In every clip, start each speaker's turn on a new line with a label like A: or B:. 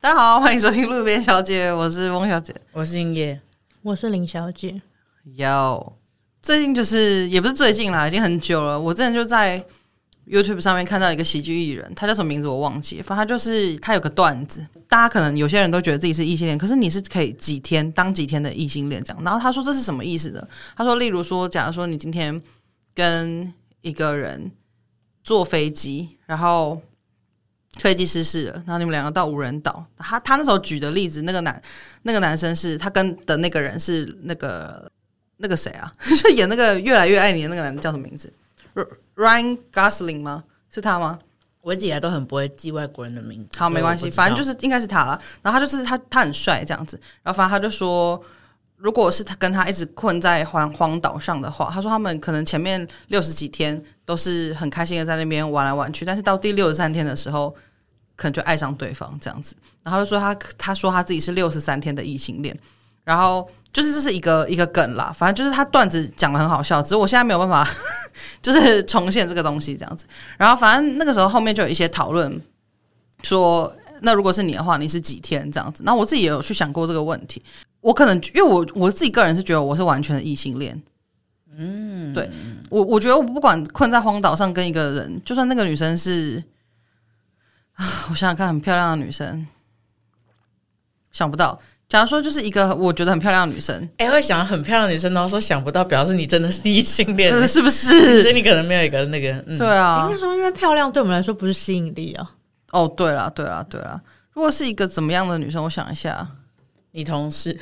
A: 大家好，欢迎收听路边小姐，我是翁小姐。
B: 我是英叶，
C: 我是林小姐，
A: 有，最近就是也不是最近啦，已经很久了。我之前就在 YouTube 上面看到一个喜剧艺人，他叫什么名字我忘记，反正他就是他有个段子，大家可能有些人都觉得自己是异性恋，可是你是可以几天当几天的异性恋这样。然后他说这是什么意思的？他说，例如说，假如说你今天跟一个人坐飞机，然后。飞机失事了，然后你们两个到无人岛。他他那时候举的例子，那个男那个男生是他跟的那个人是那个那个谁啊， 就演那个越来越爱你的那个男的叫什么名字？R-？Ryan Gosling 吗？是他吗？
B: 我一直以来都很不会记外国人的名字，
A: 好，没关系，反正就是是应该是他啦。然后他就是他，他很帅这样子。然后反正他就说，如果是他跟他一直困在荒荒岛上的话，他说他们可能前面六十几天都是很开心的在那边玩来玩去，但是到第六十三天的时候，可能就爱上对方这样子。然后他就说他他说他自己是六十三天的异性恋，然后。就是这是一个一个梗啦，反正就是他段子讲的很好笑，只是我现在没有办法， 就是重现这个东西这样子。然后反正那个时候后面就有一些讨论，说，那如果是你的话，你是几天这样子？那我自己也有去想过这个问题。我可能因为我我自己个人是觉得我是完全的异性恋，嗯，对我我觉得我不管困在荒岛上跟一个人，就算那个女生是啊，我想想看，很漂亮的女生，想不到。假如说就是一个我觉得很漂亮的女 生，
B: 哎、会想很漂亮的女生，然后说想不到，表示你真的是异性 恋，
A: 呃、是不
B: 所以
A: 是？
B: 你可能没有一个那个，嗯，
A: 对啊
C: 应该，说因为漂亮对我们来说不是吸引力啊，
A: 哦，对了，对了，对了。如果是一个怎么样的女生，我想一下，
B: 你同事，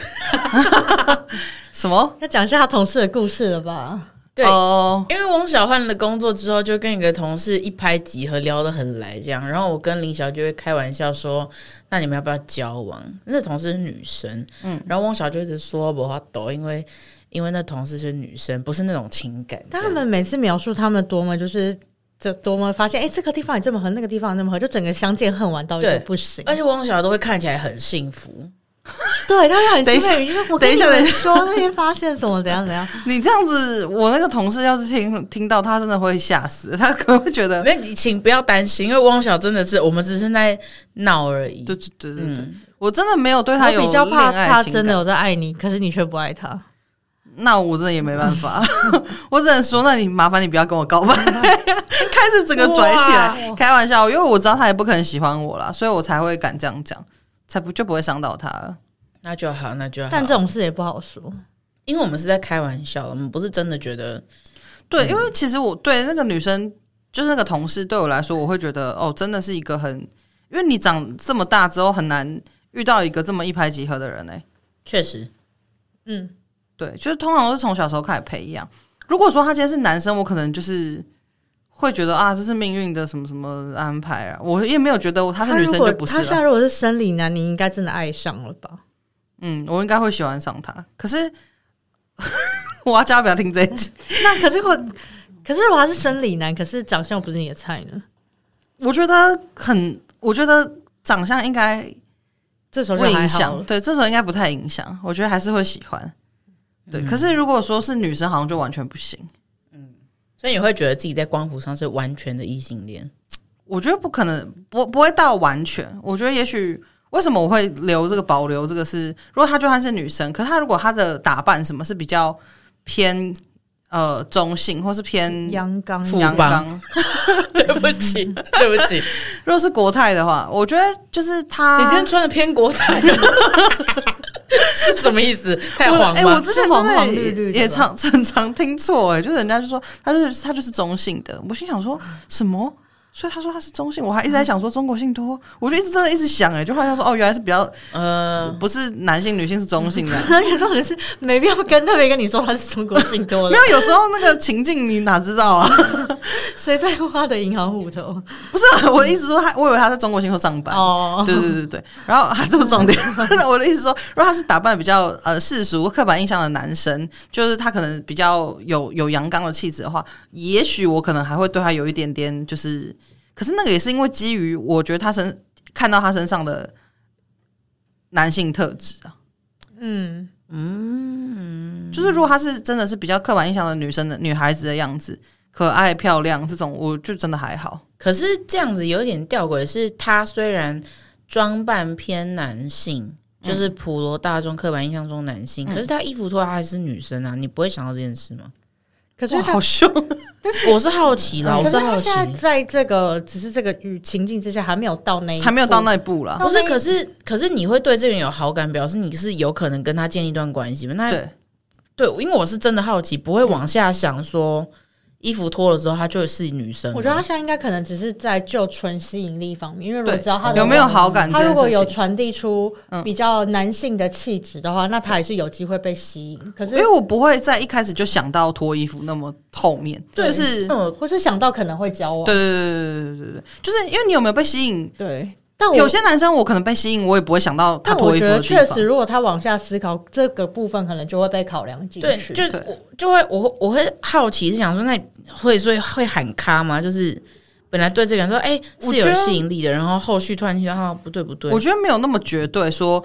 A: 什么？
C: 要讲一下他同事的故事了吧？
B: 对
A: 哦，
B: 因为翁小换了工作之后，就跟一个同事一拍即合，聊得很来这样。然后我跟林小就会开玩笑说：“那你们要不要交往？”那同事是女生，嗯，然后翁小就一直说不话抖，因为因为那同事是女生，不是那种情感这
C: 但
B: 样。
C: 他们每次描述他们多么就是这多么发现，哎、这个地方也这么合，那个地方也那么合，就整个相见恨晚到一
B: 对
C: 个不行。
A: 呃
B: 而且翁小都会看起来很幸福，
C: 对，他就很
A: 等一
C: 兴
A: 下
C: 奋，因为我
A: 等
C: 跟
A: 一
C: 你
A: 下等
C: 们
A: 一
C: 说那天发现什么怎样怎样，
A: 你这样子，我那个同事要是听听到，他真的会吓死，他可能会觉得，
C: 嗯
B: 没有，你请不要担心，因为汪小真的是我们只是在闹而已。
A: 对对对对对，我真的没有 对他有
C: 我比较怕
A: 恋爱
C: 他
A: 情
C: 真的
A: 感
C: 有在爱你，可是你却不爱他。
A: 那我真的也没办法， 我只能说，那你麻烦你不要跟我告 白，开始整个拽起来，
C: 哇
A: 开玩笑，因为我知道他也不可能喜欢我啦，所以我才会敢这样讲，才不就不会伤到他了。
B: 那就好，那就好。
C: 但这种事也不好说，
B: 因为我们是在开玩笑，我们不是真的觉得
C: 嗯
A: 对，因为其实我对那个女生，就是那个同事，对我来说，我会觉得哦，真的是一个很，因为你长这么大之后很难遇到一个这么一拍即合的人哎、
B: 确实。
C: 嗯，
A: 对，就是通常都是从小时候开始培养。如果说他今天是男生，我可能就是会觉得啊，这是命运的什么什么安排啊，我也没有觉得他是女生
C: 如果
A: 就不是啊
C: 他现在
A: 了。
C: 如果是生理男，你应该真的爱上了 吧？
A: 嗯，我应该会喜欢上他。可是 我要叫他不要听这一集，
C: 那可是会，可是如果他是生理男，可是长相不是你的菜呢？
A: 我觉得很，我觉得长相应该
C: 这时候
A: 不
C: 就还
A: 影
C: 好
A: 响，
C: 了。
A: 对，这时候应该不太影响，我觉得还是会喜欢。对，
C: 嗯
A: 可是如果说是女生，好像就完全不行。
B: 所以你会觉得自己在光谱上是完全的异性恋，
A: 我觉得不可能，不不会到完全。我觉得也许为什么我会留这个保留这个是，如果她就算是女生，可是她如果她的打扮什么是比较偏呃中性，或是偏
C: 阳刚
B: 富
A: 阳
B: 邦
A: 刚，
B: 对不起，对不起，
A: 如果是国泰的话，我觉得就是她。
B: 你今天穿的偏国台 是什么意思？太
A: 我
B: 黄
A: 哎、
B: 吗
A: 我？之前
C: 就
A: 真
C: 黄
A: 的
C: 黄
A: 也
C: 绿绿的
A: 也
C: 吧
A: 常很常听错哎、就人家就说她就是她就是中性的，我心想说什么？所以他说他是中性，我还一直在想说中国性多，我就一直真的一直想哎、就好像说哦原来是比较
B: 呃，
A: 不是男性女性是中性的，
C: 而且重点是没必要跟特别跟你说他是中国信托
A: 没
C: 的，
A: 有，有时候那个情境你哪知道啊？
C: 谁在乎他的银行户头？
A: 不是、啊，我的意思说他，我以为他在中国信托上班。
C: 哦，
A: 对对对对对，然后啊，这不重点。我的意思说，如果他是打扮比较呃世俗、刻板印象的男生，就是他可能比较有有阳刚的气质的话，也许我可能还会对他有一点点就是，可是那个也是因为基于我觉得他身看到他身上的男性特质啊，
C: 嗯，
A: 就是如果她是真的是比较刻板印象的女生的女孩子的样子，可爱漂亮这种，我就真的还好。
B: 可是这样子有点吊诡，是他虽然装扮偏男性，就是普罗大众刻板印象中男性，可是他衣服脱了他还是女生啊，你不会想到这件事吗？
C: 可是
A: 哇，
C: 他
A: 好凶！啊
B: 我是好奇
A: 嗯
B: 啊啦，我
C: 可是
B: 好
C: 他
B: 奇
C: 现。在在这个只是这个语情境之下，还没有到那一步，
A: 还没有到那一步啦。
B: 不是，
C: 那
B: 可是可是你会对这个人有好感，表示你是有可能跟他建立一段关系吗？那
A: 对，
B: 对，因为我是真的好奇，不会往下想说衣服脱了之后她就是女生吗。
C: 我觉得他现在应该可能只是在就纯吸引力方面，因为我
A: 对
C: 知道他的
A: 有没有好感这
C: 他
A: 件事
C: 如
A: 情？
C: 果有传递出比较男性的气质的话，那他也是有机会被吸引。可
A: 因
C: 是
A: 为我不会在一开始就想到脱衣服那么后面，
B: 对
A: 就是
B: 那我
C: 或是想到可能会交往，
A: 对对对对对对对对，就是因为你有没有被吸引？
C: 对但我
A: 有些男生我可能被吸引，我也不会想到他
C: 但
A: 脱
C: 我
A: 衣服
C: 觉
A: 的
C: 得
A: 地
C: 确
A: 方。
C: 实，如果他往下思考这个部分，可能就会被考量进
B: 对，
C: 去。
B: 就
A: 对
B: 我就会我会我会好奇，是想说那会所以会喊咖吗？就是本来对这个人说哎、
A: 我
B: 是
A: 觉得
B: 有吸引力的，然后后续突然觉得啊不对不对
A: 我，觉得没有那么绝对说。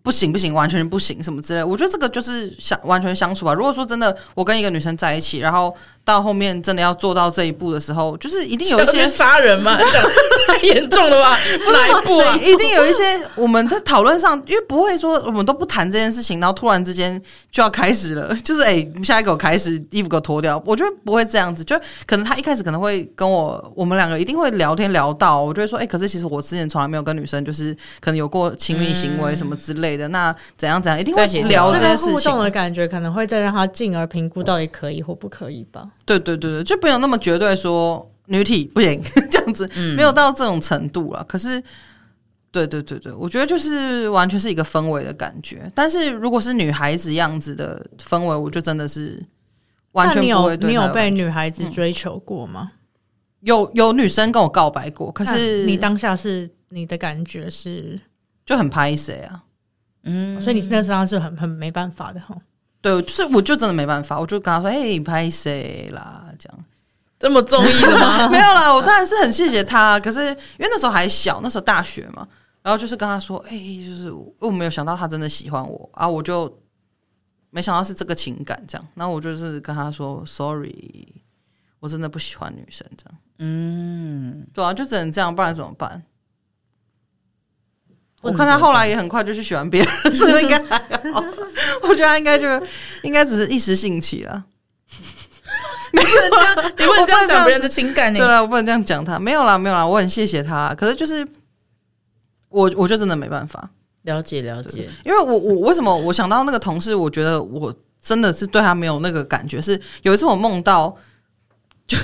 A: 不行不行，完全不行什么之类的。我觉得这个就是相完全相处吧。如果说真的，我跟一个女生在一起，然后到后面真的要做到这一步的时候，就是一定有一
B: 要
A: 些
B: 去杀人吗？这样太严重 了吧？哪一步啊？
A: 一定有一些我们在讨论上，因为不会说我们都不谈这件事情，然后突然之间就要开始了， 就是哎、欸下一个我开始衣服给我脱掉，我觉得不会这样子，就可能他一开始可能会跟我，我们两个一定会聊天聊到，我就会说，哎、可是其实我之前从来没有跟女生就是可能有过亲密行
C: 嗯
A: 为什么之类的，那怎样怎样，一定会
B: 再协调
A: 聊
C: 这
A: 这
C: 个
A: 件事
C: 互
A: 情
C: 动，的感觉，可能会再让他进而评估到底可以或不可以吧。
A: 对对对对，就没有那么绝对说女体不行 这样子，
C: 嗯
A: 没有到这种程度了。可是，对对对对，我觉得就是完全是一个氛围的感觉。但是如果是女孩子样子的氛围，我就真的是完
C: 那
A: 全
C: 你
A: 不
C: 有
A: 会对
C: 你
A: 她
C: 有
A: 有
C: 被
A: 感觉
C: 女孩
B: 嗯
C: 子追求过吗？
A: 有有女生跟我告白过，可是
C: 那你当下是你的感觉是，
A: 就很拍谁啊？
B: 嗯，
C: 所以你那时候是很很没办法的哈。
A: 对，就是我就真的没办法，我就跟他说：“嘿，拍谁啦？”这样。
B: 这么综艺的吗？
A: 没有啦，我当然是很谢谢他，可是因为那时候还小，那时候大学嘛，然后就是跟他说，哎、就是我没有想到他真的喜欢我啊，我就没想到是这个情感这样，然后我就是跟他说，sorry，我真的不喜欢女生这样，嗯，对啊，就只能这样，不然怎么办？我看他后来也很快就去喜欢别人，所以应该还好。我觉得他应该就应该只是一时兴起了。
B: 你不能这样讲别人的情感呢欸
A: 对？啊了，我不能这样讲他，没有啦，没有啦，我很谢谢他。可是就是我，我就真的没办法，
B: 了解了解，
A: 因为我我为什么我想到那个同事，我觉得我真的是对他没有那个感觉。是有一次我梦到，就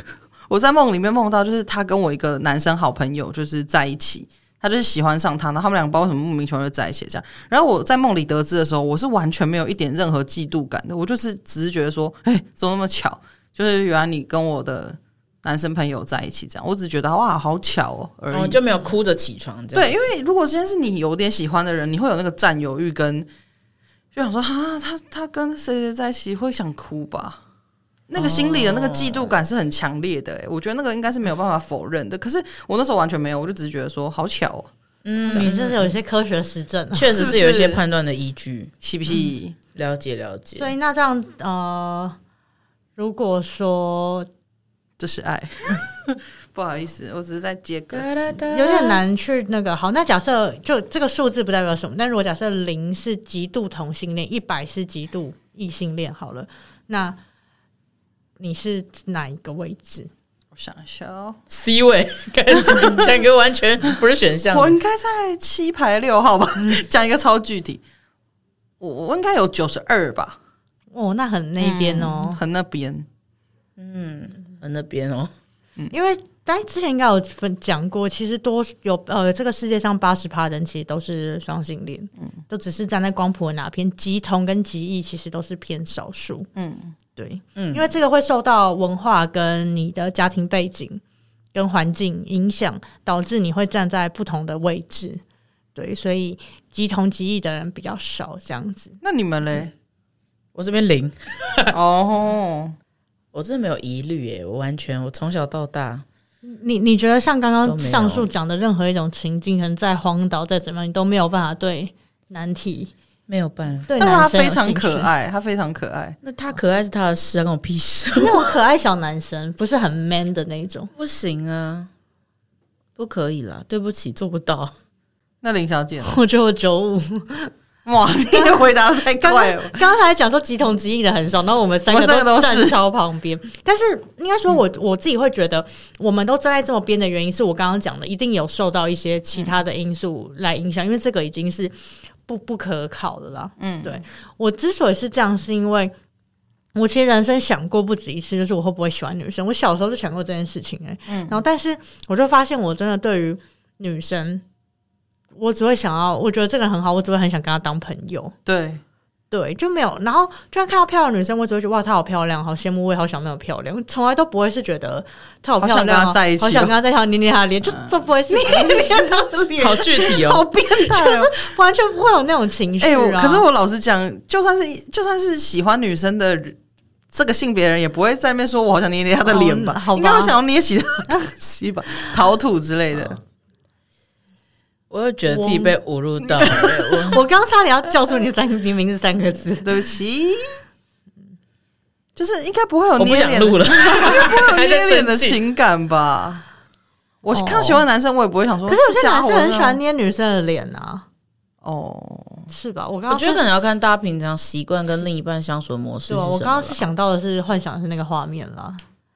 A: 我在梦里面梦到，就是他跟我一个男生好朋友就是在一起。他就是喜欢上他，然后他们两个不知道为什么莫名其妙就在一起这样。然后我在梦里得知的时候，我是完全没有一点任何嫉妒感的，我就是只是觉得说，哎、怎么那么巧？就是原来你跟我的男生朋友在一起这样，我只觉得哇，好巧哦而已。
B: 哦，就没有哭着起床这样。
A: 对，因为如果今天是你有点喜欢的人，你会有那个占有欲跟，就想说啊，他他跟谁谁在一起会想哭吧？那个心里的那个嫉妒感是很强烈的、欸，我觉得那个应该是没有办法否认的。可是我那时候完全没有，我就只是觉得说好巧、哦，
C: 你这是有一些科学实证、啊。
B: 嗯确实
A: 是
B: 是
A: 不
B: 有一些
A: 是
B: 判断的依据。
A: 是不是？
B: 了解了解，
C: 所以那这样呃，如果说
A: 这是爱。 不好意思，我只是在接歌词。
C: 有点难去那个好，那假设就这个数字不代表什么，但如果假设零是极度同性恋，一百是极度异性恋，好了，那你是哪一个位置？
A: 我想一下哦，
B: C 位，感觉讲个完全不是选项。
A: 我应该在七排六号吧？
B: 嗯
A: 讲一个超具体，我我应该有九十二吧，
C: 哦，那很那边哦，
A: 很那边。
B: 我那边哦，
C: 因为大家之前应该有分讲过，其实多有呃，这个世界上八十趴人其实都是双性恋，都只是站在光谱的哪边，极同跟极异其实都是偏少数，
A: 嗯，
C: 对，因为这个会受到文化跟你的家庭背景跟环境影响，导致你会站在不同的位置，对，所以极同极异的人比较少，这样子。
A: 那你们嘞？
B: 我这边零，
A: 哦，
B: 我真的没有疑虑耶，我完全，我从小到大，
C: 你你觉得像刚
B: 都
C: 刚
B: 没有
C: 上述讲的任何一种情境，可能在荒岛再怎么样，你都没有办法对难题
B: 没有办法。
C: 对
A: 但是他
C: 男生有
A: 非常
C: 兴趣
A: 可，爱，他非常可爱。
B: 那他可爱是他的事啊，跟我屁事。
C: 那种可爱小男生不是很 man 的那种。
B: 不行啊，不可以啦，对不起，做不到。
A: 那林小姐呢，
C: 我觉得我九五，
A: 哇， 你的回答得太
C: 刚
A: 快
C: 刚
A: 了。
C: 刚才讲说几同几异的很少，然后我们三
A: 哦我
C: 个
A: 们三个都
C: 站
A: 是嗯
C: 超旁 边。但是应该说我，我自己会觉得，我们都站在这么边的原因，是我刚刚讲的，一定有受到一些其他的因素来影响，因为这个已经是不不可考的啦。
A: 嗯，
C: 对我之所以是这样，是因为我其实人生想过不止一次，就是我会不会喜欢女生。我小时候就想过这件事情、欸，
A: 嗯
C: 然后但是我就发现我真的对于女生，我只会想要，我觉得这个人很好，我只会很想跟她当朋友。
A: 对，
C: 对，就没有。然后就算看到漂亮的女生，我只会觉得哇，她好漂亮，好羡慕，我也好想那么漂亮。我从来都不会是觉得她好漂
A: 好想跟
C: 亮、
A: 她在一起哦嗯
C: 好想跟她在一起，好捏捏她的脸，就这不会是，
B: 好具体
A: 好
B: 哦。
A: 变态哦！
C: 完全不会有那种情 绪、啊。
A: 哎、我可是我老实讲，就算是就算是喜欢女生的这个性别人，也不会在那边说我好想捏捏她的脸吧？
C: 哦好吧哦
A: 应该会想要捏其他东西吧， 陶土之类的。
B: 我又觉得自己被侮辱到了， 我
C: 我刚刚差点要叫出你三个你名字三个字，
A: 对不起，就是应该不会有
B: 我不
A: 捏
B: 想
A: 脸
B: 录
A: 的，
B: 了，
A: 不会有
B: 还
A: 捏
B: 在
A: 脸的
B: 生气
A: 情感吧？我
C: 哦
A: 看到喜欢的男生，我也不会想说，
C: 可哦是有些
A: 这家
C: 男
A: 伙
C: 生很喜欢
A: 呢
C: 捏女生的脸啊，
A: 哦。
C: 是吧？我刚
B: 我
C: 刚
B: 觉得可
C: 是
B: 能要看大家平常习惯跟另一半相处的模式
C: 对
B: 是
C: 啊，
B: 什么
C: 我刚刚
B: 啦
C: 是想到的是幻想的是那个画面啦。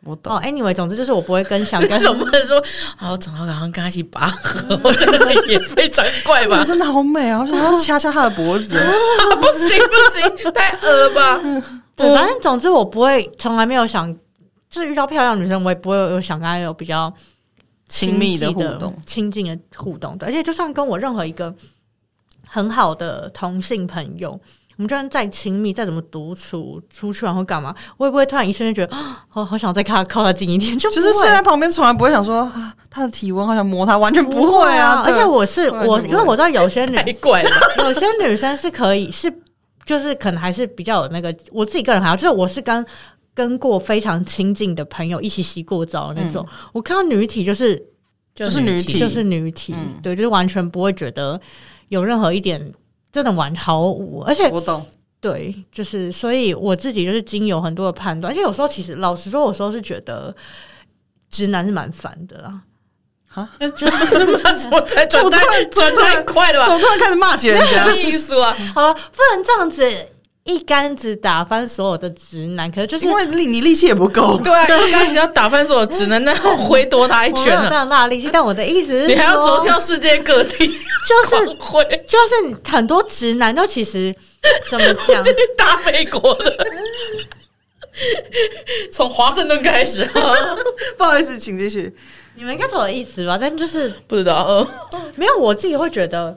A: 我懂，
C: 哦，anyway，总之就是我不会跟想跟
B: 为什么说好长得好像跟他一起拔河，我觉得也非常怪
A: 你
B: 吧？
A: 真的好美啊！我想要掐掐她的脖子。
B: 啊不行不行，太恶了吧？
C: 对，反正总之我不会，从来没有想，就是遇到漂亮女生，我也不会有想跟她有比较
A: 亲密的
C: 的
A: 互动，
C: 亲近的互动的。而且就算跟我任何一个很好的同性朋友，我们就算再亲密，再怎么独处，出去玩或干嘛，我也不会突然一瞬间觉得， 啊好好想再靠靠她近一点，就
A: 就是
C: 不会
A: 睡在旁边，从来不会想说啊，她的体温好想摸她，完全
C: 不
A: 不会啊。
C: 而
A: 对
C: 且我是
A: 对
C: 我，
A: 就不会
C: 因为我知道有 些 女
B: 太怪了吧，
C: 有些女生是可以是，就是可能还是比较有那个，我自己个人还好，就是我是跟跟过非常亲近的朋友一起洗过澡的那种，我看到女体就是
A: 嗯就是女体
C: 就是女体，
A: 嗯
C: 对，就是完全不会觉得有任何一点真的玩毫无，而且
A: 我懂，
C: 对，就是所以我自己就是经有很多的判断，而且有时候其实老实说，有时候是觉得直男是蛮烦的啦。
B: 我才转太转太快了
A: 怎
B: 吧？
A: 么突然开始骂起人
B: 什
A: 家
B: 么？意思啊？
C: 好了，不能这样子一竿子打翻所有的直男，可是就是
A: 因为力你力气也不够，
B: 对啊，刚刚你要打翻所有职能，那我挥夺他一
C: 我没
B: 拳
C: 有
B: 啊！
C: 这样大的力气，但我的意思是说，
B: 你还要走跳世界各地，
C: 就是
B: 挥
C: 就是很多直男都其实怎么 讲，
B: 去打美国的， 从华盛顿开始，啊
A: 不好意思，请继续。
C: 你们应该懂我的意思吧？但就是
B: 不知道，嗯
C: 没有，我自己会觉得。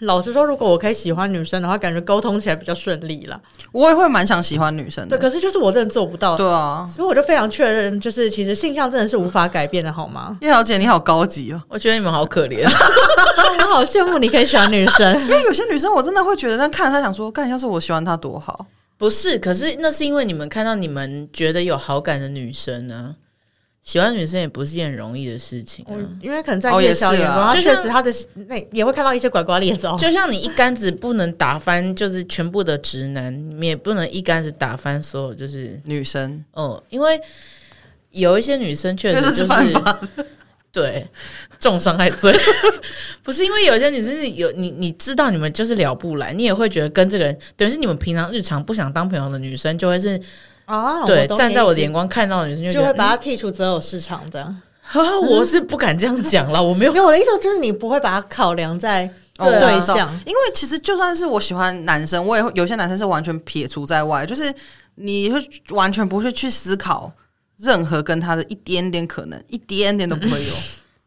C: 老实说，如果我可以喜欢女生的话，感觉沟通起来比较顺利了。
A: 我也会蛮想喜欢女生
B: 嗯
C: 对，
A: 的，
C: 可是就是我真的做不到，
A: 对啊。
C: 所以我就非常确认，就是其实性向真的是无法改变的，好吗？
A: 叶小姐，你好高级哦！
B: 我觉得你们好可怜。
C: 我好羡慕你可以喜欢女生，
A: 因为有些女生我真的会觉得，但看着她想说，干，要是我喜欢她多好。
B: 不是，可是那是因为你们看到你们觉得有好感的女生呢、喜欢女生也不是一件容易的事情、啊。
C: 因为可能在
A: 哦
C: 夜
A: 也是
C: 宵眼
A: 啊
C: 光，她
B: 就
C: 确
B: 像
C: 实她的那也会看到一些拐瓜裂枣。
B: 就像你一竿子不能打翻，就是全部的直男，你们也不能一竿子打翻所有，就是
A: 女生
B: 哦，因为有一些女生确实
A: 这
B: 就是
A: 犯
B: 是对重伤害罪， 不是因为有些女生是有你你知道你们就是聊不来，你也会觉得跟这个人等于是你们平常日常不想当朋友的女生，就会是
C: 啊，
B: 对
C: 懂
B: 站
C: 你
B: 在
C: 意
B: 我
C: 思
B: 的眼光看到的女生就觉
C: 就会
B: 得。嗯
C: 把它剔除择偶市场这样。
B: 啊，我是不敢这样讲了，我没有
C: 没有，我的意思就是你不会把它考量在
A: 哦
B: 对
C: 对
A: 我知道
C: 象。
A: 因为其实就算是我喜欢男生，我也会有些男生是完全撇除在外，就是你会完全不会去思考任何跟他的一点点可能，一点点都不 会有。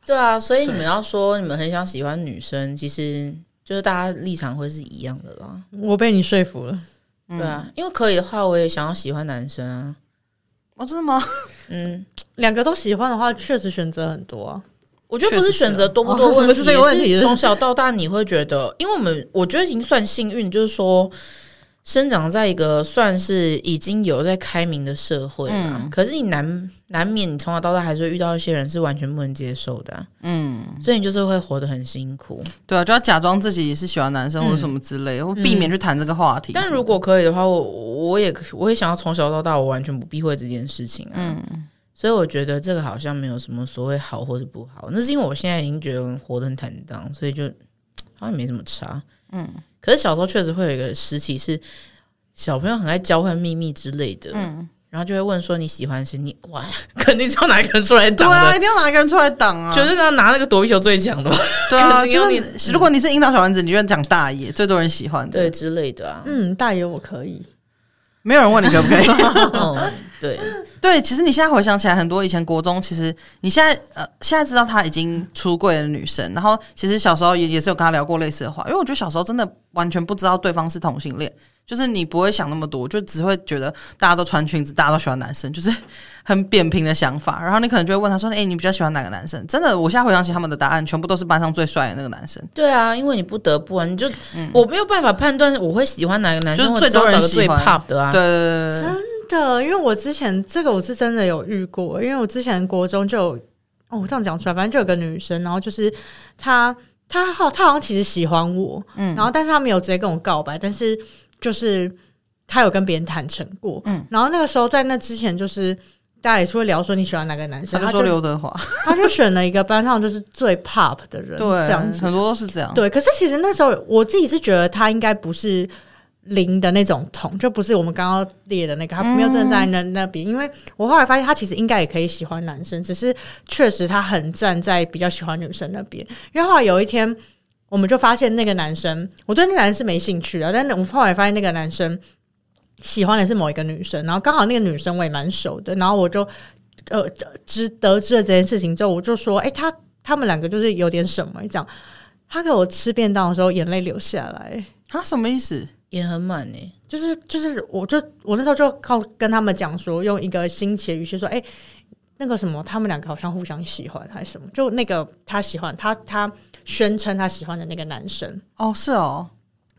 B: 对啊，所以你们要说你们很想喜欢女生，其实就是大家立场会是一样的啦。
C: 我被你说服了，
A: 嗯
B: 对，啊，因为可以的话，我也想要喜欢男生啊。
A: 哦，真的吗？
B: 嗯，
C: 两个都喜欢的话，确实选择很多、啊。
B: 我觉得不是选择多不多问题，
C: 确实是哦是这个问题
B: 也是从小到大你会觉得，因为我们我觉得已经算幸运，就是说生长在一个算是已经有在开明的社会啦。
A: 嗯
B: 可是你难难免你从小到大还是会遇到一些人是完全不能接受的啊、
A: 嗯，
B: 所以你就是会活得很辛苦。
A: 对啊，就要假装自己也是喜欢男生或者什么之类，或避免去谈这个话题。
B: 嗯但如果可以的话，我我也我也想要从小到大，我完全不避讳这件事情啊。所以我觉得这个好像没有什么所谓好或者不好，那是因为我现在已经觉得我活得很坦荡，所以就好像也没什么差。嗯，可是小时候确实会有一个时期是小朋友很爱交换秘密之类的，嗯，然后就会问说你喜欢谁？你哇，肯定知道哪一个人出来
A: 对
B: 挡
A: 啊，
B: 的，
A: 一定要拿一个人出来挡啊！
B: 绝对要拿那个躲避球最强的吧？
A: 对啊，
B: 肯定要
A: 就
B: 你
A: 是如果你是樱桃小丸子，你就讲大爷，最多人喜欢的。
B: 对，之类的 啊。
C: 嗯，大爷我可以，
A: 没有人问你可不可 以。
B: 哦，对，
A: 对，其实你现在回想起来，很多以前国中，其实你现在呃，现在知道她已经出柜的女生，然后其实小时候也也是有跟她聊过类似的话，因为我觉得小时候真的完全不知道对方是同性恋，就是你不会想那么多，就只会觉得大家都穿裙子，大家都喜欢男生，就是很扁平的想法。然后你可能就会问她说：“哎、你比较喜欢哪个男生？”真的，我现在回想起他们的答案，全部都是班上最帅的那个男生，
B: 对啊，因为你不得不啊，你就、我没有办法判断我会喜欢哪个男
A: 嗯就
B: 生，
A: 是
B: 我
A: 最
B: 只要
A: 多人
B: 找个最
A: 喜欢
B: pop 的啊。
A: 对对对对对，
C: 真的，因为我之前这个我是真的有遇过，因为我之前国中就有哦，我这样讲出来，反正就有个女生，然后就是她，她好，她好像其实喜欢我，嗯，然后但是她没有直接跟我告白，但是就是她有跟别人坦诚过，嗯，然后那个时候在那之前就是。大家也是会聊说你喜欢哪个男
A: 他
C: 生，
A: 就
C: 她
A: 说
C: 就
A: 刘德华，
C: 她就选了一个班上就是最 pop 的人，
A: 对，
C: 这样子，
A: 很多都是这样，
C: 对，可是其实那时候我自己是觉得他应该不是零的那种桶，就不是我们刚刚列的那个，他没有真的站在那、那边。因为我后来发现他其实应该也可以喜欢男生，只是确实他很站在比较喜欢女生那边。因为后来有一天，我们就发现那个男生，我对那个男生是没兴趣啊，但是我后来发现那个男生喜欢的是某一个女生，然后刚好那个女生我也蛮熟的，然后我就呃知得知了这件事情之后，我就说，哎、他他们两个就是有点什么这样。他给我吃便当的时候，眼泪流下来，
A: 他什么意思？
B: 也很欸满呢、
C: 就是就是，我就我那时候就靠跟他们讲说，用一个新奇的语气说，哎、那个什么，他们两个好像互相喜欢还是什么，就那个他喜欢他他宣称他喜欢的那个男生，
A: 哦，是哦，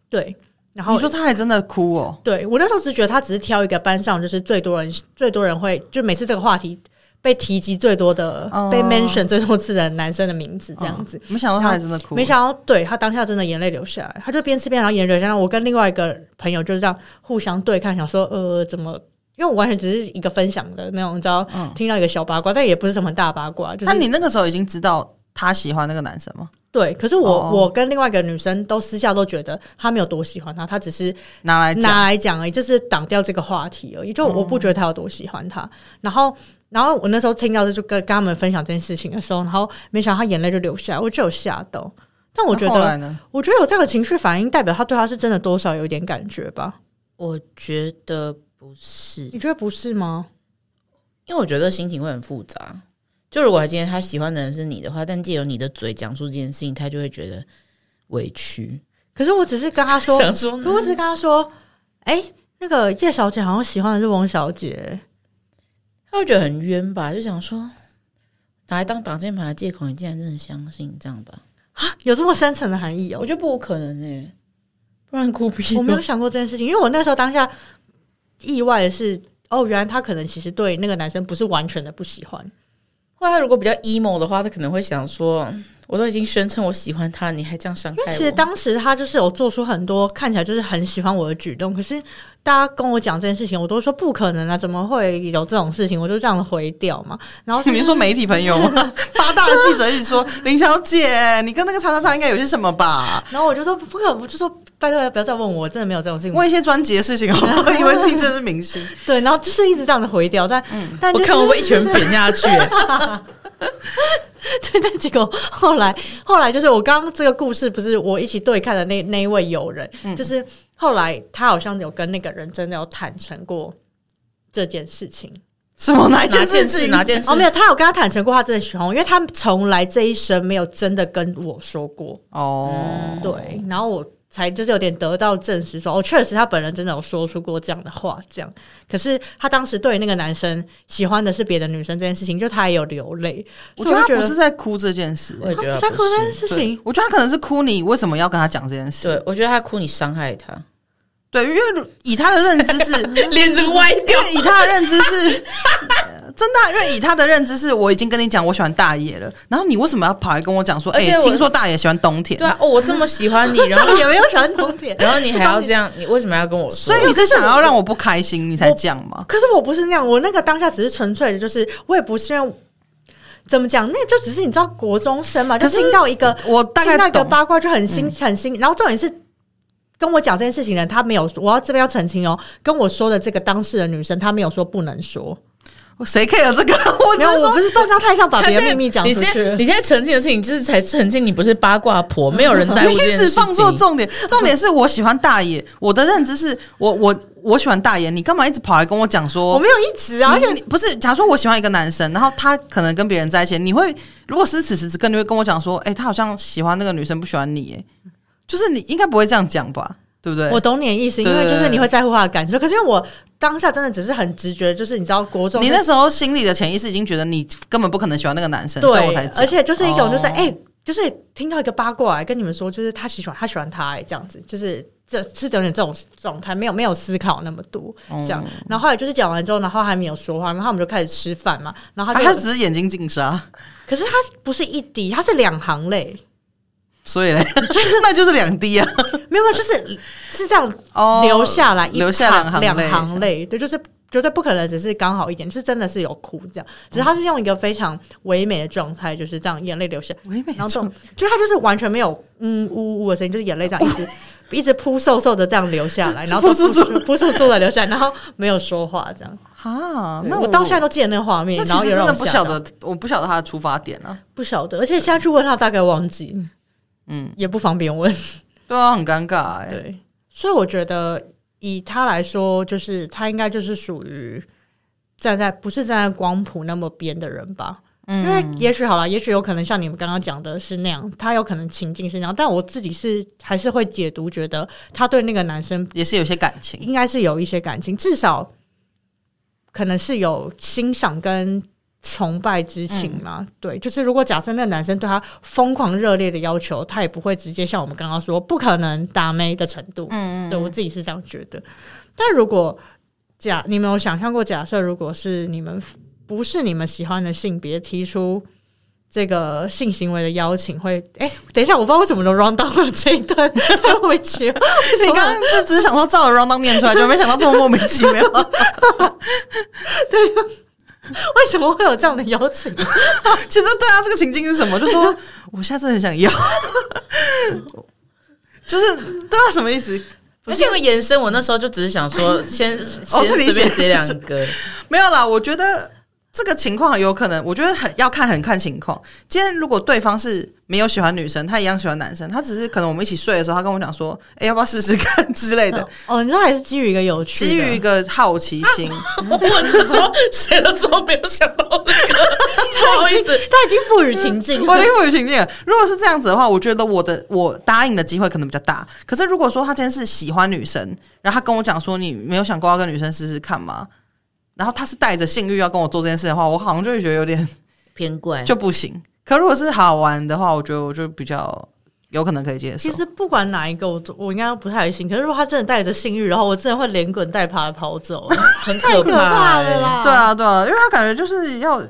C: 对，然后
A: 你说他还真的哭哦。
C: 对我那时候只觉得他只是挑一个班上就是最多人最多人会就每次这个话题被提及最多的、
A: 哦
C: 被 mention 最多次的男生的名字这样子，
A: 嗯没想到他还真的哭，
C: 没想到，对他当下真的眼泪流下来，他就边吃边然后眼泪流下来。我跟另外一个朋友就是这样互相对看，想说呃怎么？因为我完全只是一个分享的那种，你知道，听到一个小八卦，但也不是什么大八卦，就
A: 嗯那
C: 是
A: 你那个时候已经知道他喜欢那个男生吗？
C: 对。可是我、
A: 哦
C: 我跟另外一个女生都私下都觉得他没有多喜欢他，他只是
A: 拿来讲，
C: 拿来讲而已，就是挡掉这个话题而已。
A: 哦
C: 就我不觉得他有多喜欢他，然后。然后我那时候听到这，就跟跟他们分享这件事情的时候，然后没想到他眼泪就流下来，我就有吓到。但我觉
A: 那后
C: 得
A: 来呢？
C: 我觉得有这样的情绪反应，代表他对他是真的多少有一点感觉吧？
B: 我觉得不是，
C: 你觉得不是吗？
B: 因为我觉得心情会很复杂。就如果今天他喜欢的人是你的话，但借由你的嘴讲出这件事情，他就会觉得委屈，
C: 可是我只是跟他说，
B: 想说
C: 可我只是跟他说，哎、那个叶小姐好像喜欢的是翁小姐，
B: 他会觉得很冤吧，就想说拿来当挡箭牌的借口，你竟然真的相信这样吧？
C: 有这么深层的含义哦、
B: 我觉得不可能哎、不然哭屁
C: 我
B: 哦。
C: 没有想过这件事情，因为我那时候当下意外的是，哦，原来他可能其实对那个男生不是完全的不喜欢。
B: 后来他如果比较 emo 的话，他可能会想说，我都已经宣称我喜欢他，你还这样伤害
C: 因
B: 我。
C: 为其实当时他就是有做出很多看起来就是很喜欢我的举动，可是大家跟我讲这件事情，我都说不可能啊，怎么会有这种事情？我就这样回掉嘛。然后是
A: 你是说媒体朋友吗？八大的记者一直说林小姐，你跟那个叉叉叉应该有些什么吧？
C: 然后我就说不可，我就说拜托不要再问我，我真的没有这种事情。
A: 问一些专辑的事情好吗？以为自己真的是明星，
C: 对，然后就是一直这样的回掉，但、但、
B: 我
C: 就是、
B: 看我被一拳扁下去、
C: 对，但结果后来后来就是我刚刚这个故事不是我一起对看的那那一位友人，就是后来他好像有跟那个人真的有坦诚过这件事情。
A: 什么 哪一
B: 哪
A: 件
B: 件
A: 事
B: 事？
A: 情？
B: 哪件事？
C: 哦，没有，他有跟他坦诚过，他真的喜欢我，因为他从来这一生没有真的跟我说过。
A: 哦，
C: 对，然后我才就是有点得到证实说，哦，确实他本人真的有说出过这样的话，这样。可是他当时对那个男生喜欢的是别的女生这件事情，就他也有流泪，
A: 我
C: 所
A: 觉得
C: 以
A: 他
C: 我就
A: 不
C: 觉
A: 是
C: 得。
A: 在哭这件 事。
B: 我也觉得
C: 他
B: 他
C: 不
B: 不
C: 是在哭那件
B: 是。
C: 事
A: 对
C: 情，，
A: 我觉得他可能是哭你为什么要跟他讲这件事？
B: 对，我觉得他哭你伤害他，
A: 对，因为以他的认知是，
C: 啊
B: 脸整个歪掉。
A: 以他的认知是，呃真的啊、因为以他的认知是，我已经跟你讲我喜欢大爷了，然后你为什么要跑来跟我讲说，
B: 而
A: 哎、
B: 且我
A: 听说大爷喜欢冬天，
B: 对啊，哦，我这么喜 欢你，然
C: 他
B: 后。
C: 们也没有喜欢冬天
B: 然后你还要这样，你为什么要跟我说
A: 所？以你是想要让我不开心，你才这样吗？
C: 可是我不是那样，我那个当下只是纯粹的，就是我也不是因为。怎么讲？那就只是你知道国中生嘛，
A: 可
C: 就是听到一个
A: 我大
C: 听到
A: 概
C: 一个
A: 懂。嗯
C: 八卦就很新、很新，然后重点是。跟我讲这件事情的人，他没有，我要这边要澄清哦。跟我说的这个当事的女生，她没有说不能说，
A: 谁 care 这个？ 我只
C: 没有，
A: 是
C: 我
A: 说
C: 不是放张太想把别人秘密讲
B: 你
C: 出
B: 现在
C: 去。
B: 你现在澄清的事情，就是才澄清你不是八卦 婆，没有人在乎
A: 你
B: 这件
A: 一直
B: 事情。
A: 放错重点，重点是我喜欢大爷。我的认知是我我我喜欢大爷，你干嘛一直跑来跟我讲说
C: 我没有一直啊，而
A: 你
C: 且
A: 你不是，假如说我喜欢一个男生，然后他可能跟别人在一起，你会如果是此时此刻，你会跟我讲说，哎、他好像喜欢那个女生，不喜欢你，哎，就是你应该不会这样讲吧，对不对？
C: 我懂你的意思，因
A: 对
C: 为就是
A: 对
C: 你会在乎她的感受。可是因为我当下真的只是很直觉，就是你知道国中
A: 你那时候心里的潜意识已经觉得你根本不可能喜欢那个男生，所以我才
C: 对，
A: 讲
C: 而且就是一种就是
B: 哦
C: 哎、就是听到一个八卦、哎跟你们说，就是他喜欢他喜欢他、哎，这样子，就是这是有点这种状态，没有没有思考那么多这样。然后后来就是讲完之后，然后还没有说话，然后我们就开始吃饭嘛，然后
A: 啊
C: 他就、
A: 他只是眼睛啊进沙，
C: 可啊是他不是一滴，他是两行泪，
A: 所以嘞， 那就是两滴 啊，
C: 没有没有，就是是这样
A: 哦
C: 留下来一
A: 留下
C: 行
A: 两行
C: 两
A: 泪
C: 行泪，对，就是绝对不可能只是刚好一点，是真的是有哭这样，只是他是用一个非常唯美的状态，就是这样眼泪流下，
A: 唯美
C: 然后这
A: 中
C: 种就他就是完全没有嗯呜呜的声音，就是眼泪这样一直一直扑簌簌的这样流下来，然后
A: 哦扑簌簌
C: 扑簌簌的流下来，然后没有说话这样。
A: 啊，
C: 对
A: 那
C: 我到现在。都记得那个画面
A: 那，其
C: 然后
A: 实
C: 也
A: 真
C: 让
A: 的
C: 我
A: 不
C: 吓
A: 晓
C: 到
A: 得，我不晓得他的出发点啊，
C: 不晓得，而且现在去问他大概忘记，
A: 嗯，
C: 也不方便问。
A: 对啊，很尴尬哎、
C: 对，所以我觉得以他来说，就是他应该就是属于站在不是站在光谱那么边的人吧。
A: 嗯
C: 因为也许好了，也许有可能像你们刚刚讲的是那样，他有可能情境是那样，但我自己是还是会解读，觉得他对那个男生
A: 也是有些感情，
C: 应该是有一些感情，至少可能是有欣赏跟崇拜之情嘛。对，就是如果假设那个男生对他疯狂热烈的要求，他也不会直接像我们刚刚说不可能打妹的程度。嗯对我自己是这样觉得。但如果假你们有想象过，假设如果是你们不是你们喜欢的性别提出。这个性行为的邀请会，哎、等一下，我不知道为什么都 round down 了这一段， 太委屈了。
A: 你刚刚就只是想说照着 round down 念出来，就没想到这么莫名 其妙。
C: 为什么会有这样的邀请？
A: 其实对啊，这个情境是什么？就说我下次很想要， 就是对啊，什么意思？
B: 不是因为延伸，我那时候就只是想说， 先
A: 哦
B: 先
A: 是你
B: 随便
A: 写
B: 写两个，
A: 没有啦，我觉得这个情况有可能，我觉得很要看很看情况。今天如果对方是没有喜欢女生，他一样喜欢男生，他只是可能我们一起睡的时候，他跟我讲说，哎、要不要试试看之类的，
C: 哦，你知道还是基于一个有趣的，
A: 基于一 个好奇心。
B: 我那时候写的时候没有想到这个，不好意思，
C: 他已经赋予情 境
A: 我的我有情境了，如果是这样子的话，我觉得我的我答应的机会可能比较大。可是如果说他今天是喜欢女生，然后他跟我讲说你没有想过要跟女生试试看吗？然后他是带着性欲要跟我做这件事的话，我好像就会觉得有点
B: 偏怪
A: 就不行。可如果是好玩的话，我觉得我就比较有可能可以接受
C: 其。实不管哪一个，我我应该不太行。可是如果他真的带着性欲，然后我真的会连滚带爬的跑 走，
B: 很
C: 太
B: 可
C: 可怕了
B: 欸
C: 啦！
A: 对，啊，对啊，因为他感觉就是要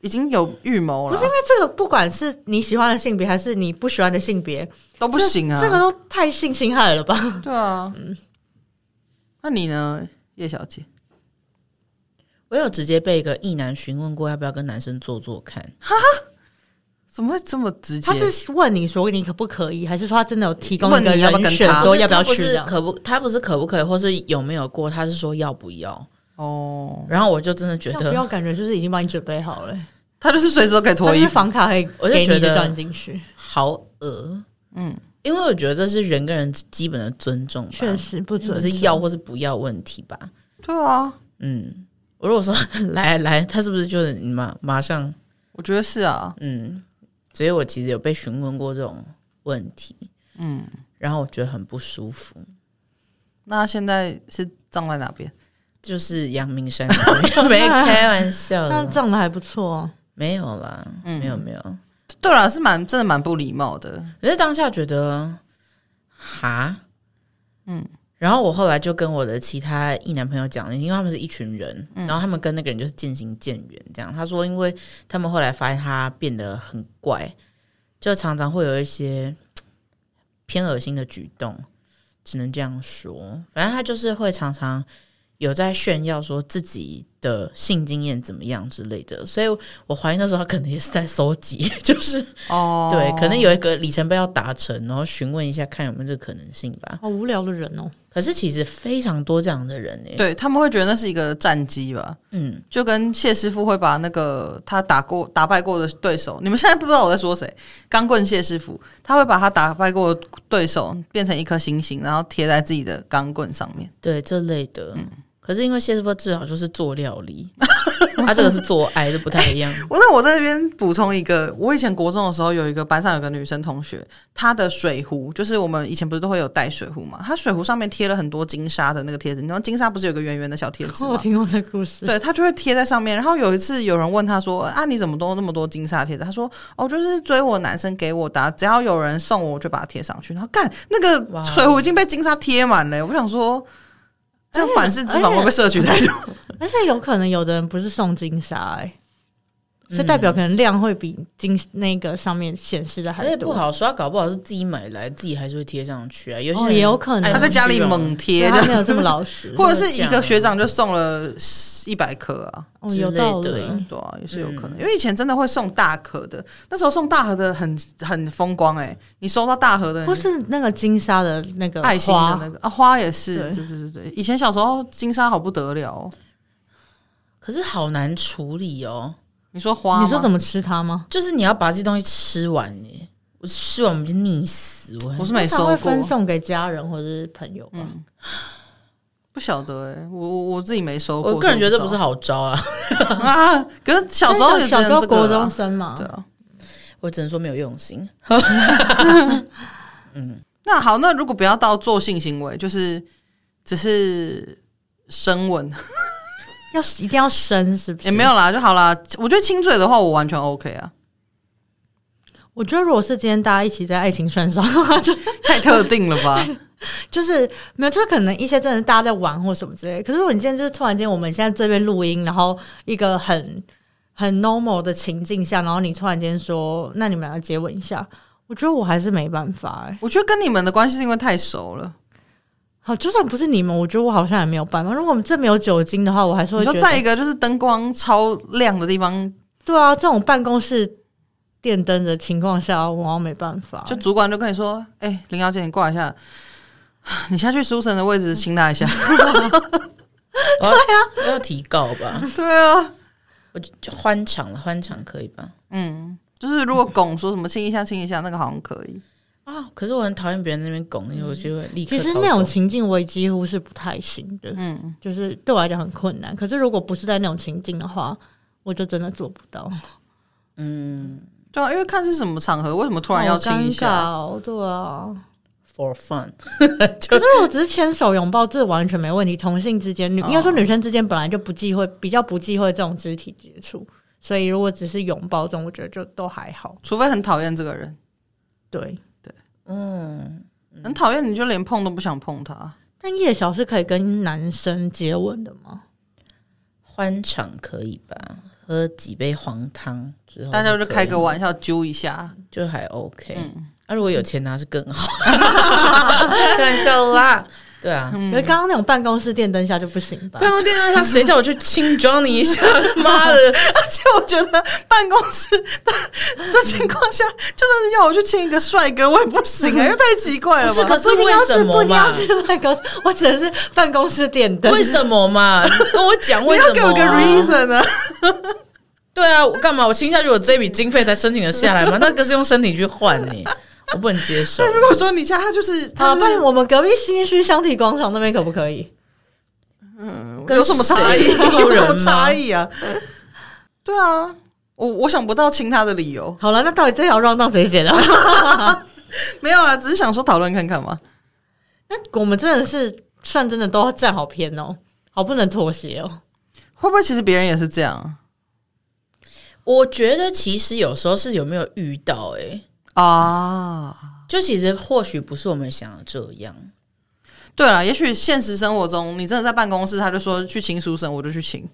A: 已经有预谋
C: 不
A: 了
C: 是因，为这个，不管是你喜欢的性别还是你不喜欢的性别，
A: 都不行啊。
C: 这个都嗯太性侵害了吧？
A: 对啊，那你呢，叶小姐？
B: 我有直接被一个异男询问过要不要跟男生做做看，
A: 怎么会这么直接？
C: 他是问你说你可不可以，还是说他真的有提供一个
A: 问你要不要
C: 人
A: 跟
C: 选，
A: 他
C: 说要不要
B: 他不
C: 去这
B: 是
C: 样？
B: 可不，他不是可不可以，或是有没有过，他是说要不要。
A: 哦，
B: 然后我就真的觉
C: 嗯要
B: 得
C: 不要感觉就是已经帮你准备好了、欸，
A: 他就是随时都可以
C: 他
A: 脱
C: 就
A: 衣
C: 是
A: 服。
C: 房卡可以
B: 我就
C: 给你
B: 觉
C: 就
B: 得
C: 叫你进去，
B: 好恶，嗯，因为我觉得这是人跟人基本的尊重吧，
C: 确实不准
B: 不是要或是不要问题吧，
A: 对啊，
B: 嗯。我如果说 来来，他是不是就是你马马上
A: 我觉得是啊，
B: 嗯，所以我其实有被询问过这种问题，
A: 嗯，
B: 然后我觉得很不舒服，
A: 那现在是葬在哪边？
B: 就是阳明山 没开玩笑
C: 那
B: 的，
C: 这样的还不错、啊。
B: 没有啦，没有没有，
A: 对了，是蛮真的蛮不礼貌的。
B: 可是当下觉得哈，嗯，然后我后来就跟我的其他一男朋友讲，因为他们是一群人，然后他们跟那个人就是渐行渐远，这样他说，因为他们后来发现他变得很怪，就常常会有一些嘖偏恶心的举动，只能这样说，反正他就是会常常有在炫耀说自己的性经验怎么样之类的，所以我怀疑那时候他可能也是在搜集，就是
A: 哦，
B: 对，可能有一个里程碑要达成，然后询问一下看有没有这个可能性吧。
C: 好无聊的人哦。
B: 可是其实非常多这样的人呢、
A: 对他们会觉得那是一个战机吧，
B: 嗯，
A: 就跟谢师傅会把那个他打过、打败过的对手，你们现在不知道我在说谁，钢棍谢师傅，他会把他打败过的对手变成一颗星星，然后贴在自己的钢棍上面。
B: 对这类的。可是因为谢师傅至少就是做料理， 他、这个是做爱，这不太一样。
A: 我那我在这边补充一个，我以前国中的时候有一个班上有个女生同学，她的水壶就是我们以前不是都会有带水壶嘛，她水壶上面贴了很多金沙的那个贴纸，你知道金沙不是有个圆圆的小贴纸
C: 我
A: 吗？
C: 听过这故事，
A: 对，他就会贴在上面。然后有一次有人问他说：“啊，你怎么都那么多金沙贴纸？”他说：“哦，就是追我男生给我的啊，只要有人送我，我就把它贴上去。”然后干那
B: 哇
C: 哦
A: 个水壶已经被金沙贴满了，我想说。这样反式脂肪
C: 而且
A: 会不会摄取太多？
C: 而且有可能有的人不是送金沙、欸，
A: 嗯
C: 所以代表可能量会比金那个上面显示的还
B: 而
A: 哎
B: 且
C: 多。
B: 哎不好说，他搞不好是自己买来，自己还是会贴上去啊。有些
C: 哦
B: 人哎
C: 也有可能
B: 爱
A: 他
B: 慕
A: 在家里
B: 虚荣
A: 猛
C: 对啊
A: 贴
C: 他
A: 的，，
C: 没有这么老实
A: 或者是一个学长就送了一百颗啊，
C: 哦，
B: 之
C: 有
B: 类
C: 道
B: 的
C: 理。
A: 对啊，也是有可
C: 嗯
A: 能。因为以前真的会送大盒的，那时候送大盒的很很风光哎、你收到大盒的，
C: 或是那个金沙的那个
A: 爱心的
C: 花
A: 那个啊，花也是，
C: 对
A: 对对对对。以前小时候金沙好不得了哦、
B: 可是好难处理哦。
A: 你说花吗？
C: 你说怎么吃它吗？
B: 就是你要把这些东西吃完耶、我吃完我就溺死我还。
A: 我是没
C: 通
A: 收
C: 常
A: 过
C: 会，分送给家人或者是朋友吧。
A: 嗯不晓得哎、我我我自己没收过。
B: 我个人觉得这不是
A: 所以
B: 好招啦，
A: 我不知道 啊，可是小时候也只
C: 但小
A: 能
C: 时候
A: 这
C: 国
A: 个
C: 中
A: 啊。
C: 生嘛
A: 对，啊，
B: 我只能说没有用心。
A: 那好，那如果不要到做性行为，就是只是深吻
C: 要一定要生是不是？
A: 也没，有啦，就好啦。我觉得亲嘴的话，我完全 OK 啊，
C: 我觉得如果是今天大家一起在爱情船上的话，就
A: 太特定了吧？
C: 就是没有，就是可能一些真的大家在玩或什么之类的。可是如果你今天就是突然间，我们现在这边录音，然后一个很很 normal 的情境下，然后你突然间说，那你们要接吻一下，我觉得我还是没办法哎、
A: 我觉得跟你们的关系是因为太熟了。
C: 好，就算不是你们，我觉得我好像也没有办法。如果我们这没有酒精的话，我还是
A: 你
C: 会觉
A: 说
C: 得
A: 在一个就是灯光超亮的地方，
C: 对啊，这种办公室电灯的情况下，我好像没办法欸、
A: 就主管就跟你说：“哎、林小姐，你挂一下， 你下去书生的位置亲他一下。
B: 对呀，要提告吧，”
A: 对啊，
B: 我就就欢场了，欢场可以吧？
A: 嗯，就是如果拱说什么亲一下亲一下，那个好像可以。
B: 啊，可是我很讨厌别人在那边拱，因为我就会立刻
C: 其实
B: 逃
C: 那种
B: 走
C: 情境我也几乎是不太行的，嗯，就是对我来讲很困难。可是如果不是在那种情境的话，我就真的做不到，
A: 对啊，因为看是什么场合，为什么突然要亲一下？
C: 好尴尬哦对啊。
B: for fun，
C: 可是我只是牵手拥抱，这完全没问题。同性之间，女
A: 哦
C: 应该说女生之间本来就不忌讳，比较不忌讳这种肢体接触，所以如果只是拥抱这种，我觉得就都还好。
A: 除非很讨厌这个人，
C: 对，嗯
A: 很讨厌你就连碰都不想碰他。
C: 但夜小是可以跟男生接吻的吗？
B: 欢场可以吧？喝几杯黄汤之后，
A: 大家就开个
B: 玩，
A: 玩笑揪一下，
B: 就还 OK。那如啊果有钱拿是更好，开玩笑啦。对啊，
A: 嗯
C: 可是刚刚那种办公室电灯下就不行吧？
B: 办公电脑下啊谁叫我去轻装你一下？妈的！
A: 而且我觉得办公室的的情况下，就算是要我去亲一个帅哥，我也不行啊，因为太奇怪了吧？
B: 不是可是
C: 不一定要
B: 为什
C: 是
B: 么
C: 不一定要
B: 嘛
C: 是 办公室，我只能是办公室电灯。
B: 为什么嘛？跟我讲为
A: 你
B: 什么、
A: 要
B: 啊？
A: 给我个 reason 啊！
B: 对啊，我干嘛？我亲下去，我这笔经费才申请得下 来吗？那个是用身体去换呢、我不能接受。
A: 如果说你家他就是
C: 好，
A: 他
C: 不
A: 就是
C: 然我们隔壁新区香体广场那边可不可以？
B: 跟
A: 嗯有什么差异？
B: 谁路
A: 有什么
B: 人吗
A: 差异啊？对啊，我我想不到亲他的理由，
C: 好了，那到底这条 round 到谁写的？
A: 没有啊，只是想说讨论看看嘛。
C: 那我们真的是算真的都站好偏哦，好不能妥协哦。
A: 会不会其实别人也是这样
B: 我觉得其实有时候是有没有遇到、欸，
A: 啊？
B: 就其实或许不是我们想的这样。
A: 对啊了，也许现实生活中，你真的在办公室，他就说去亲书生，我就去亲。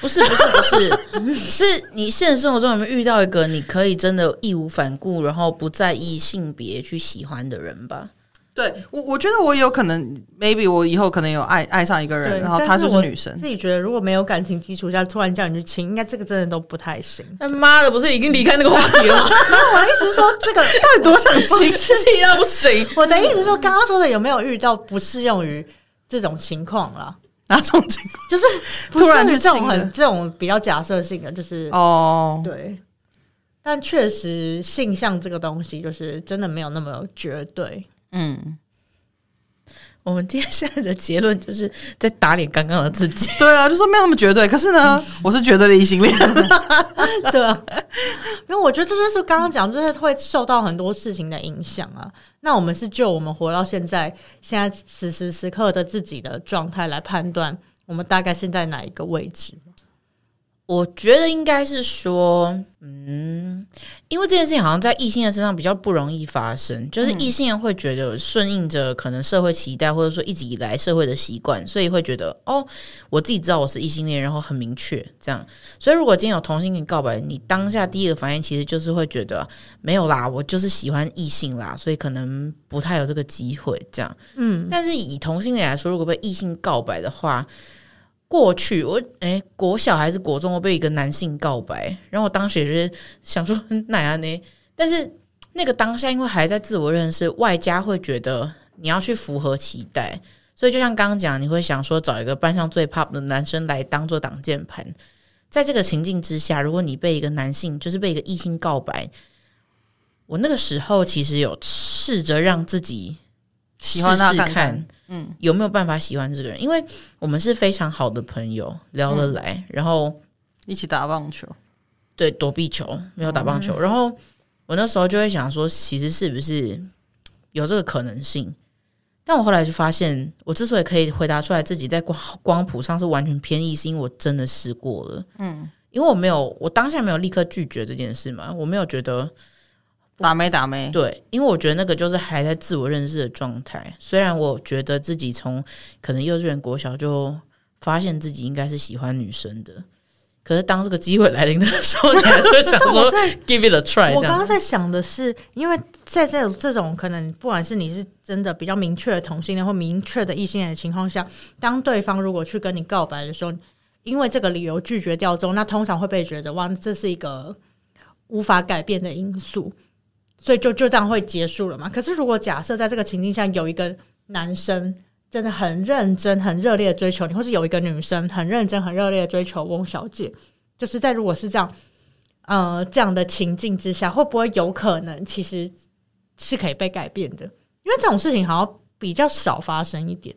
B: 不是不是 不是，是你现实生活中有没有遇到一个你可以真的义无反顾，然后不在意性别去喜欢的人吧？
A: 对我，我觉得我有可能，maybe 我以后可能有爱爱上一个人，
C: 对
A: 然后
C: 但
A: 他
C: 是
A: 是不
C: 我
A: 是女生？
C: 自己觉得如果没有感情基础下，突然叫你去亲，应该这个真的都不太行。
B: 他哎妈的，不是已经离开那个话题了吗？
C: 没有，我的意思是说，这个到底
A: 多想
B: 嗯
A: 亲
B: 气到不行。
C: 我的意思是说，刚刚说的有没有遇到不适用于这种情况啦？
A: 哪种情况？
C: 就是不
A: 突然
C: 适用于
A: 就
C: 这
A: 亲
C: 种
A: 了
C: 很这种比较假设性的，就是、
A: 哦，
C: 对。但确实，性向这个东西就是真的没有那么绝对。
A: 嗯，
B: 我们今天现在的结论就是在打脸刚刚的自己。
A: 对啊，就说没有那么绝对。可是呢，我是绝对的异性恋。
C: 对啊，因为我觉得这就是刚刚讲，就是会受到很多事情的影响啊。那我们是就我们活到现在，现在此时此刻的自己的状态来判断，我们大概是在哪一个位置。
B: 我觉得应该是说，嗯，因为这件事情好像在异性恋身上比较不容易发生，就是异性恋会觉得顺应着可能社会期待，或者说一直以来社会的习惯，所以会觉得哦，我自己知道我是异性恋，然后很明确这样。所以如果今天有同性跟你告白，你当下第一个反应其实就是会觉得没有啦，我就是喜欢异性啦，所以可能不太有这个机会这样。嗯，但是以同性恋来说，如果被异性告白的话，过去我诶，国小还是国中，我被一个男性告白，然后我当时也是想说嗯哪样呢？但是那个当下，因为还在自我认识，外加会觉得你要去符合期待，所以就像刚刚讲，你会想说找一个班上最 pop 的男生来当做挡箭盘。在这个情境之下，如果你被一个男性，就是被一个异性告白，我那个时候其实有试着让自己
A: 喜欢他
B: 试试
A: 看看
B: 嗯，有没有办法喜欢这个人？因为我们是非常好的朋友，聊得来，然后
A: 一起打棒球，
B: 对躲避球没有打棒球，然后我那时候就会想说，其实是不是有这个可能性？但我后来就发现，我之所以可以回答出来自己在光光谱上是完全偏异，是因为我真的试过了。嗯，因为我没有，我当下没有立刻拒绝这件事嘛，我没有觉得
A: 打没打没，
B: 对，因为我觉得那个就是还在自我认识的状态。虽然我觉得自己从可能幼稚园、国小就发现自己应该是喜欢女生的，可是当这个机会来临的时候，你还是会想
C: 但 我
B: 说
C: 在
B: give it a try
C: 我
B: 这
C: 刚刚
B: 样。
C: 在想的是，因为在这种这种可能，不管是你是真的比较明确的同性恋或明确的异性恋的情况下，当对方如果去跟你告白的时候，因为这个理由拒绝掉之后，那通常会被觉得哇，这是一个无法改变的因素，所以就就这样会结束了嘛。可是如果假设在这个情境下有一个男生。真的很认真、很热烈的追求你，或是有一个女生很认真、很热烈的追求翁小姐，就是在如果是这样呃这样的情境之下，会不会有可能其实是可以被改变的？因为这种事情好像比较少发生一点。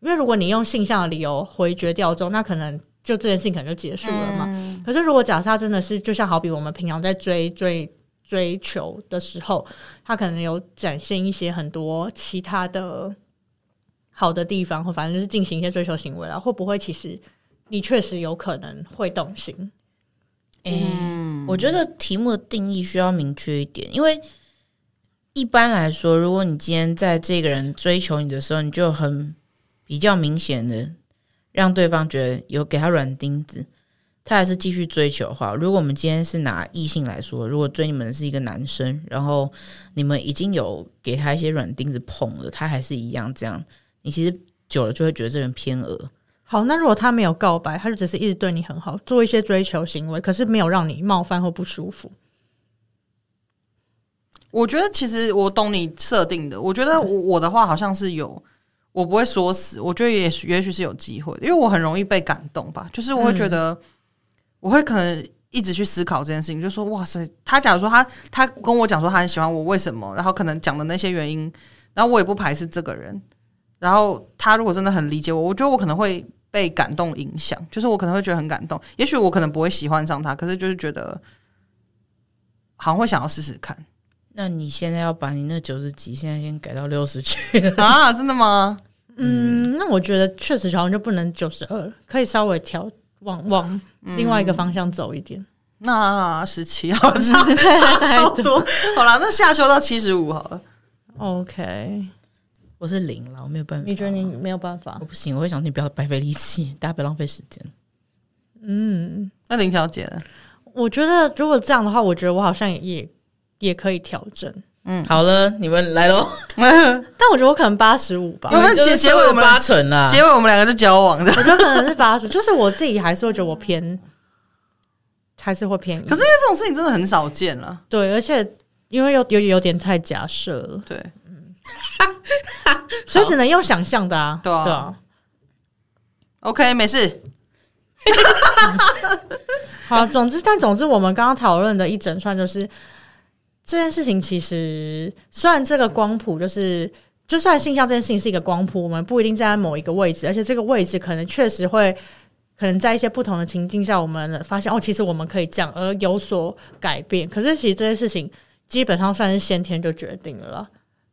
C: 因为如果你用性向的理由回绝掉之后，那可能就这件事情可能就结束了嘛。可是如果假设他真的是，就像好比我们平常在追追追求的时候，他可能有展现一些很多其他的好的地方，或反正就是进行一些追求行为了，会不会其实你确实有可能会动心？
B: 嗯，我觉得题目的定义需要明确一点，因为一般来说，如果你今天在这个人追求你的时候，你就很比较明显的让对方觉得有给他软钉子，他还是继续追求的话，如果我们今天是拿异性来说，如果追你们的是一个男生，然后你们已经有给他一些软钉子碰了，他还是一样这样，你其实久了就会觉得这人偏恶。
C: 好，那如果他没有告白，他就只是一直对你很好，做一些追求行为，可是没有让你冒犯或不舒服。
A: 我觉得其实我懂你设定的，我觉得我我的话好像是有，我不会说死，我觉得也许也许是有机会的，因为我很容易被感动吧，就是我会觉得我会可能。一直去思考这件事情，就说哇塞，他假如说他他跟我讲说他很喜欢我，为什么？然后可能讲的那些原因，然后我也不排斥这个人。然后他如果真的很理解我，我觉得我可能会被感动影响，就是我可能会觉得很感动。也许我可能不会喜欢上他，可是就是觉得好像会想要试试看。
B: 那你现在要把你那九十几，现在先改到六十去。
A: 啊，真的吗？
C: 嗯，那我觉得确实好像就不能九十二，可以稍微调往往另外一个方向走一点。
A: 那十七好了差
C: 差
A: 差不多。好啦，那下修到七十五好了。
C: OK，
B: 我是零了，我没有办法。
C: 你觉得你没有办法
B: 我？哦不行？我会想你不要白费力气， 大家不要浪费时间。
A: 那林小姐呢？
C: 我觉得如果这样的话，我觉得我好像也也也可以调整。
B: 嗯，好了，你们来 喽。
C: 但我觉得我可能八十五吧，
A: 有没有
B: 你们就是
A: 结结尾我们
B: 八啊成啦，
A: 结尾我们两个就交往这样。
C: 我觉得可能是八十， 就是我自己还是会觉得我偏，还是会偏一。
A: 可是因为这种事情真的很少见了，
C: 对，而且因为有有有点太假设了，
A: 对，
C: 所以只能用想象的啊。
A: 对啊 OK，没事，
C: 好，总之，但总之，我们刚刚讨论的一整串就是这件事情，其实虽然这个光谱就是。就算性向这件事情是一个光谱，我们不一定站在某一个位置，而且这个位置可能确实会，可能在一些不同的情境下，我们发现哦，其实我们可以这样，而有所改变。可是其实这些事情基本上算是先天就决定了啦，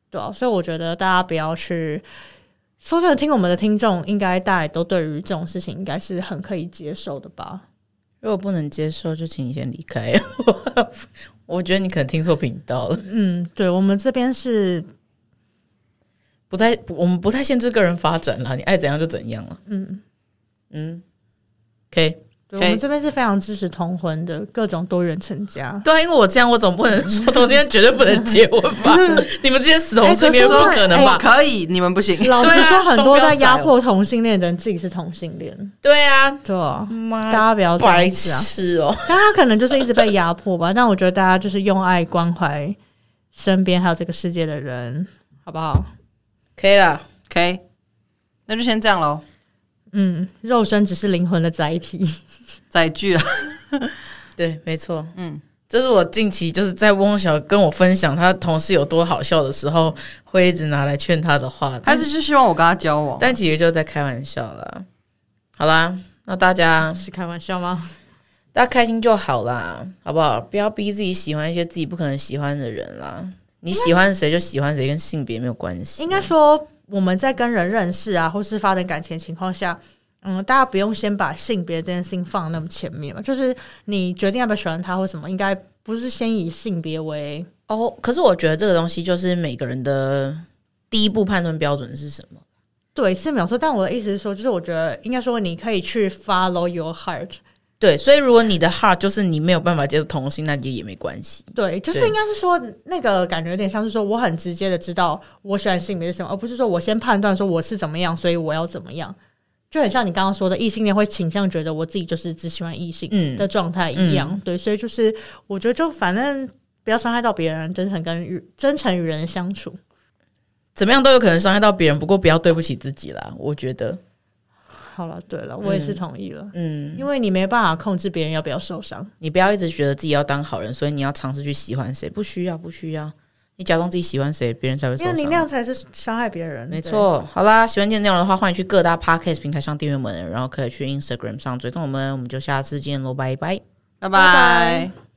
C: 对啊，所以我觉得大家不要去说真的，听我们的听众应该大家也都对于这种事情应该是很可以接受的吧？
B: 如果不能接受，就请你先离开。 我觉得你可能听错频道了，
C: 嗯，对，我们这边是，
B: 不太，我们不太限制个人发展啦，你爱怎样就怎样了。嗯嗯，OK，
C: 对
A: OK
C: 我们这边是非常支持同婚的各种多元成家。
B: 对啊，因为我这样，我总不能说同性恋绝对不能结婚 吧？你们这些死同性恋不可能
A: 我
B: 吧？
A: 哎可哎以，你们不行。
C: 老实
B: 对啊
C: 说，很多在压
B: 双标仔哦
C: 迫同性恋的人自己是同性恋，
B: 对啊，
C: 对啊，大
B: 妈
C: 家不要这
B: 白
C: 样子啊！
B: 痴哦、
C: 但他可能就是一直被压迫吧。 但我觉得大家就是用爱关怀身边还有这个世界的人，好不好？
B: 可以啦，
A: OK，那就先这样喽，
C: 嗯，肉身只是灵魂的载体。
A: 载具了。
B: 对，没错，
A: 嗯
B: 嗯，这是我近期就是在翁小跟我分享他同事有多好笑的时候，会一直拿来劝他的话，
A: 还是是希望我跟他交往，
B: 但其实就在开玩笑啦。好啦，那大家
C: 是开玩笑吗？
B: 大家开心就好啦，好不好？不要逼自己喜欢一些自己不可能喜欢的人啦。你喜欢谁就喜欢谁，跟性别没有关系。
C: 应该说我们在跟人认识啊，或是发展感情的情况下，嗯，大家不用先把性别这件事情放得那么前面嘛。就是你决定要不要喜欢他或什么，应该不是先以性别为
B: 哦，可是我觉得这个东西就是每个人的第一步判断标准是什么。
C: 对是没有错。但我的意思是说，就是我觉得应该说你可以去 follow your heart。
B: 对，所以如果你的 heart 就是你没有办法接受同性，那就也没关系。
C: 对，就是
B: 对
C: 应该是说那个感觉有点像是说我很直接的知道我喜欢性别是什么，而不是说我先判断说我是怎么样，所以我要怎么样。就很像你刚刚说的，异性恋会倾向觉得我自己就是只喜欢异性，
B: 嗯
C: 的状态一样。对，所以就是我觉得就反正不要伤害到别人，真诚跟与真诚与人相处。
B: 怎么样都有可能伤害到别人，不过不要对不起自己啦。我觉得，
C: 好了，对了，我也是同意了，
B: 嗯，
C: 因为你没办法控制别人要不要受伤。
B: 你不要一直觉得自己要当好人，所以你要尝试去喜欢谁，不需要，不需要。你假装自己喜欢谁，别人才会受
C: 因为
B: 伤。
C: 你那样才是伤害别人，
B: 没
C: 对。
B: 错，好啦，喜欢今天的内容的话，欢迎去各大 podcast 平台上订阅我们，然后可以去 Instagram 上追踪我们，我们就下次见喽，拜拜。
A: 拜
C: 拜
A: 拜
C: 拜。